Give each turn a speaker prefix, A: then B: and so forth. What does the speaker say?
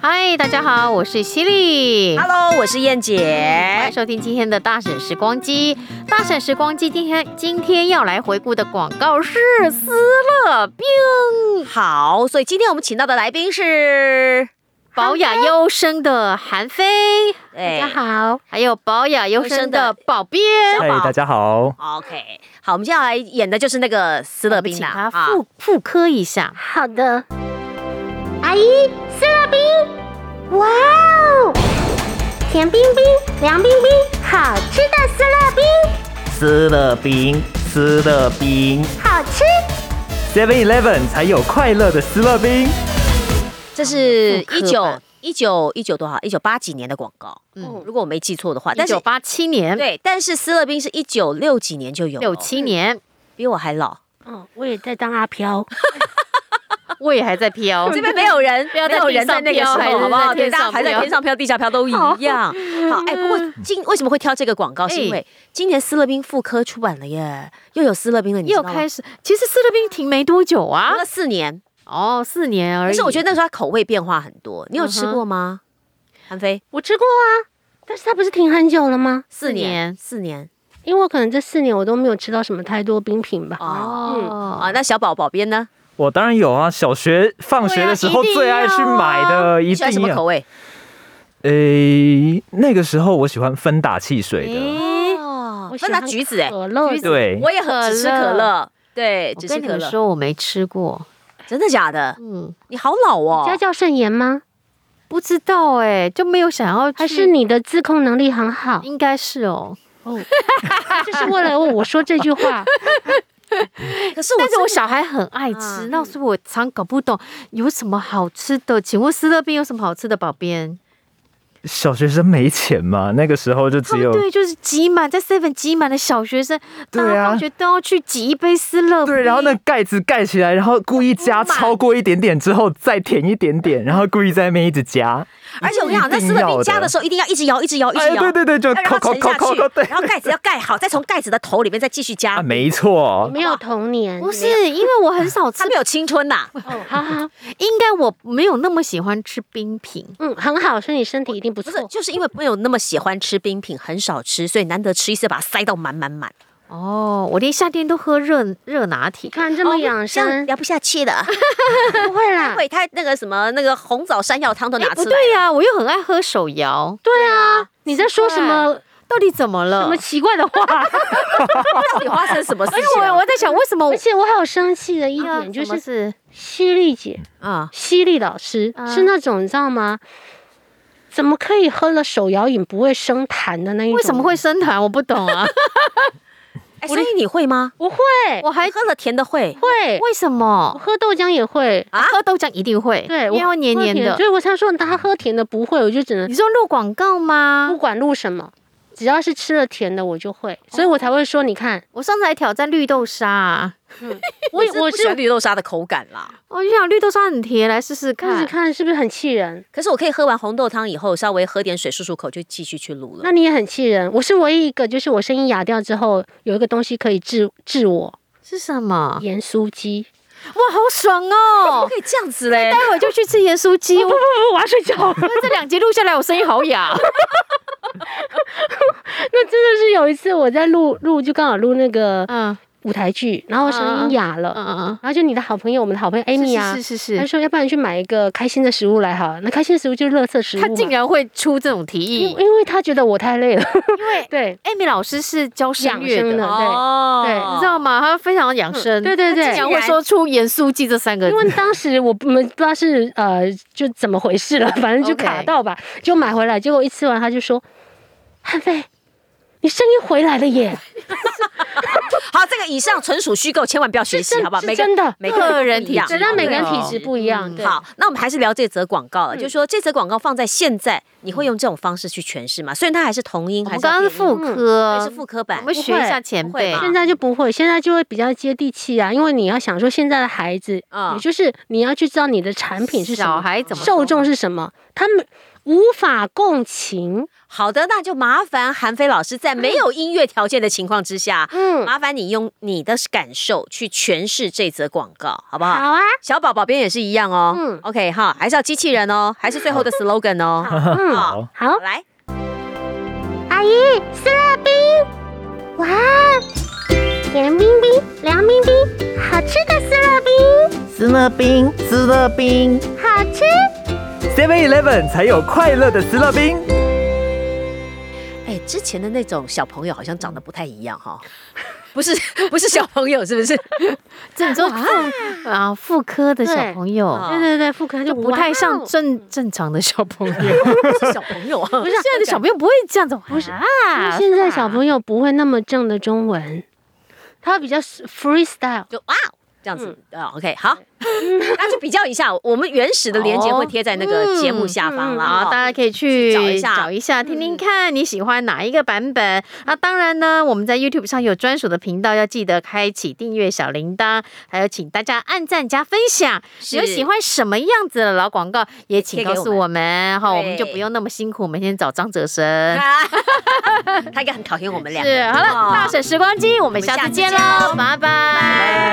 A: 嗨，大家好，我是犀利。
B: Hello，我是燕
A: 欢迎
B: 姐。
A: 收听今天的大婶时光机。大婶时光机今天今天要来回顾的广告是斯乐冰
B: 好，所以今天我们请到的来宾是，
A: 保养优生的韩非，大家
B: 哎
A: 好；还有保养优生的保编，
B: 小
C: 嗨
B: 宝，
C: 哎大家好，
B: OK，好，我们接下来演的就是那个斯乐
A: 请
B: 冰啦啊
A: 他复复刻一下。
D: 好的，阿姨，斯乐冰，哇哦，甜冰冰、凉冰冰，好吃的斯乐冰，
C: 斯乐冰，斯乐冰
D: 好吃。
C: ，Seven Eleven 才有快乐的斯乐冰。
B: 这是
A: 复刻
B: 一
A: 版
B: 九一九一九多少？一九八几年的广告，
A: 嗯
B: 嗯，如果我没记错的话，
A: 一
B: 但是
A: 九八七年、
B: 对，但是斯乐冰是一九六几年就有了，
A: 六七年，
B: 比我还老。
D: 嗯，我也在当阿飘。
A: 我也还在 飘。
B: 这边 没有人，
A: 不要在
B: 没有
A: 地
B: 人
A: 上
B: 在那个
A: 飘
B: 时
A: 还是
B: 候，好不
A: 在
B: 好？
A: 天
B: 对，大
A: 上
B: 家还在
A: 飘
B: 天上飘、地下飘都一样。好，哎，不过今为什么会挑这个广告？是因
A: 哎
B: 为今年斯乐冰复刻出版了耶，又有斯乐冰了，你知
A: 又
B: 道吗？
A: 开始，其实斯乐冰停没多久啊
B: 隔，了四年，
A: 哦，四年而已。
B: 但是我觉得那时候它口味变化很多。你有吃
A: 嗯哼
B: 过吗？韩飞，
D: 我吃过啊，但是它不是停很久了吗？
A: 四年
B: 四年
D: 因为我可能这四年我都没有吃到什么太多冰品吧。
B: 哦
A: 哦
B: 啊，那小宝宝边呢？
C: 我当然有啊，小学放学的时候
A: 对啊
C: 最爱去买的，
B: 哦
C: 一
B: 你喜欢什
C: 定啊
B: 么口
C: 要。
B: 味？
C: 诶，那个时候我喜欢芬达汽水的，
A: 诶
B: 哦
D: 我喜
B: 那
D: 欢
B: 拿橘子哎，
D: 可乐
A: 橘子
C: 对
B: 我，也很只吃可
A: 可
B: 乐，对，
A: 我
B: 只吃
A: 跟你
B: 可
A: 们
B: 乐，
A: 说，我没吃过。
B: 真的假的？
A: 嗯，
B: 你好老哦
D: 家，教甚严吗？
A: 不知道哎、就没有想要去。
D: 还是你的自控能力 很好？
A: 应该是哦，
D: 就是为了我说这句 话，
B: 哎可 是
A: 但是我
B: 真的
A: 小孩很爱吃，
B: 嗯
A: 那所以我常搞不懂有什么好吃的。请问斯乐冰有什么好吃的？宝边
C: 小学生没钱嘛，那个时候就
A: 他
C: 只
A: 们
C: 有
A: 对，就是挤满在 seven 挤满的小学生，
C: 对
A: 大
C: 啊
A: 家放学都要去挤一杯斯乐冰。
C: 对，然后那盖子盖起来，然后故意加
A: 不满
C: 超过一点点之后再填一 点点，然后故意在那边一直加。
B: 而且我跟你讲，在斯乐冰加的时候一定要一直摇，一直摇，一直
C: 哎，
B: 摇，
C: 对对对，就
B: 要让它
C: 扣扣
B: 沉
C: 扣
B: 下
C: 扣扣，
B: 去，
C: 对
B: 然后盖子要盖好，再从盖子的头里面再继续
C: 啊，
B: 加。
C: 没错，
D: 没有童年，
A: 不是因为我很少吃
B: 他，没有青春 呐，
D: 哦，好好，
A: 应该我没有那么喜欢吃冰品。
D: 嗯，很好，所以你身体一定不
B: 不
D: 错
B: 是，。就是因为没有那么喜欢吃冰品，很少吃，所以难得吃一次，把它塞到满满满。
A: 哦，我连夏天都喝热热拿铁
D: 你。看这么养
B: 这样
D: 生，
B: 聊哦不下去的。
D: 不会啦，
B: 会，他那个什么那个红枣山药汤都拿
A: 哎，
B: 出
A: 不
B: 来。
A: 对呀、我又很爱喝手摇，对，啊
D: 你在说什么
A: 到底怎么了？
D: 什么奇 怪的话？
A: 哦
B: 到底发生什么事
A: 而且
B: 情
A: 哎我
B: 啊？
A: 我在想，为什么
D: 而且我还有生气的一
A: 啊
D: 点就
A: 什么
D: 是，
A: 是
D: 犀利姐、
B: 啊，
D: 犀利老师
A: 啊
D: 是那种你知道吗？怎么可以喝了手摇饮不会生痰的那一种？
A: 为什么会？生痰？我不懂 啊，
B: 哎所以你会吗？
D: 不会，
A: 我还
B: 你喝了甜的会，
D: 会，
A: 为什
D: 我
A: 么
D: 喝豆浆也会。
B: 啊
A: 喝豆浆一定会？
D: 对，
A: 因
D: 我
A: 为它会黏黏
D: 喝甜
A: 的
D: 所。以我常说他喝甜的不会，我就只能
A: 你说录广告吗
D: 不？管录什么，只要是吃了甜的我就会，所以我才会说，你看，
A: 我上次还挑战绿豆沙啊，
D: 我
B: 我
D: 我
B: 不喜欢
D: 是
B: 绿豆沙的口感 啦。
A: 我就想绿豆沙很甜，来试试
D: 试试
A: 看。
D: 看是不是很气人？
B: 可是我可以喝完红豆汤以后，稍微喝点水漱漱口，就继续去撸了
D: 那。你也很气人。我是唯一一个，就是我声音哑掉之后，有一个东西可以治治我，
A: 是什么？
D: 盐酥鸡。
A: 哇，好爽
B: 不
A: 哦！
B: 可以这样子嘞
A: 待！会就去吃盐酥鸡。 我
D: 不，我要睡觉。
A: 这两集录下来，我声音好哑。
D: 那真的是有一次我在录录，就刚好录那个
A: 嗯
D: 舞台剧，然后声音哑了，
A: 嗯嗯
D: 然后就你的好朋友，我们的好朋友
A: 嗯，
D: Amy 啊，
A: 是是
D: 他
A: 是是，
D: 说要不然去买一个开心的食物来好了，那开心的食物就是垃圾食物嘛。
A: 他竟然会出这种提
D: 因
A: 议，
D: 为因为他觉得我太累了，
A: 因为
D: 对，
A: Amy 老师是教声乐
D: 养生
A: 的
D: 的。
B: 哦
D: 对
A: 你知道吗？他非常养生，
D: 对对对
A: 嗯他竟然会说出“盐酥鸡”这三个
D: 因
A: 字，
D: 为当时我不嗯们不知道是呃就怎么回事了，反正就
A: OK
D: 卡到吧就买回来，结果一吃完他就说：“汉飞，你声音回来了耶
B: 好，这个以上纯属虚构，千万不要学习，
D: 真
B: 好不好？
D: 是
B: 每个
D: 真的
B: 每个人
A: 个
B: 都
A: 人
B: 不
A: 体
B: 一样
A: 质
D: 对让每个人体质不一样
A: 嗯
D: 对嗯
B: 好，那我们还是聊这则广告了，就是说这则广告放在现在，你会用这种方式去诠释吗？虽然它还是同音，
A: 我
B: 还
A: 们
B: 是要
A: 刚刚是
B: 变音
A: 妇
B: 还
D: 呃
A: 科
B: 是，复刻版
A: 嗯我，们学一下前辈
B: 不会吧。
D: 现在就不会，现在就会比较接地气啊，因为你要想说现在的孩子，
B: 嗯
D: 也就是你要去知道你的产品是什
A: 小
D: 么，
A: 孩怎么
D: 受众是什么，他们。无法共情。
B: 好的，那就麻烦韩非老师在没有音乐条件的情况之下，
D: 嗯，
B: 麻烦你用你的感受去诠释这则广告，好不
D: 好
B: 好？
D: 啊，
B: 小宝宝边也是一样哦。
D: 嗯
B: 嗯，OK 哈，还是要机器人哦，还是最后的 slogan 哦。
D: 嗯，
B: 好
C: 好，
D: 好，
B: 来，
D: 阿姨，斯乐冰，哇，甜冰冰、凉冰冰，好吃的斯乐冰，
E: 斯乐冰，斯乐冰。
D: 好吃。
C: Seven Eleven 才有快乐的斯乐冰。
B: 哎，之前的那种小朋友好像长得不太一样哈、不是， 不是小朋友，是不是？
A: 这种妇啊妇科的小朋友
B: 对
D: 对对对，副科
A: 就
D: 就
A: 不太
D: 哇
A: 像
D: 哦
A: 正正常的小 朋友，
B: 是小朋 友啊，不
A: 现在的小朋友不会这样子，不是
D: 因为
A: 啊
D: 现在小朋友不会那么正的中文，他比较 freestyle。
B: 就哇哦这样子
A: 嗯
B: 啊、o k 好， 那就比较一下，我们原始的链接会贴在那个节目下方了
A: 啊，
B: 啊、
A: 大家可以去
B: 去找一下嗯
A: 找一下，听听看你喜欢哪一个版本。那当然呢，我们在 YouTube 上有专属的频道，要记得开启订阅小铃铛，还有请大家按赞加分享。
B: 是
A: 有喜欢什么样子的老广告，也请
B: 贴给
A: 告
B: 我
A: 诉我们哈，
B: 对
A: 我们就不用那么辛苦，每天找张哲生。
B: 啊 他应该很讨厌我们俩。
A: 嗯是，好了，
B: 哦
A: 大婶时光机，我们
B: 我们
A: 下
B: 下
A: 次
B: 次
A: 见
B: 见
A: 喽，
B: 喽
A: 拜拜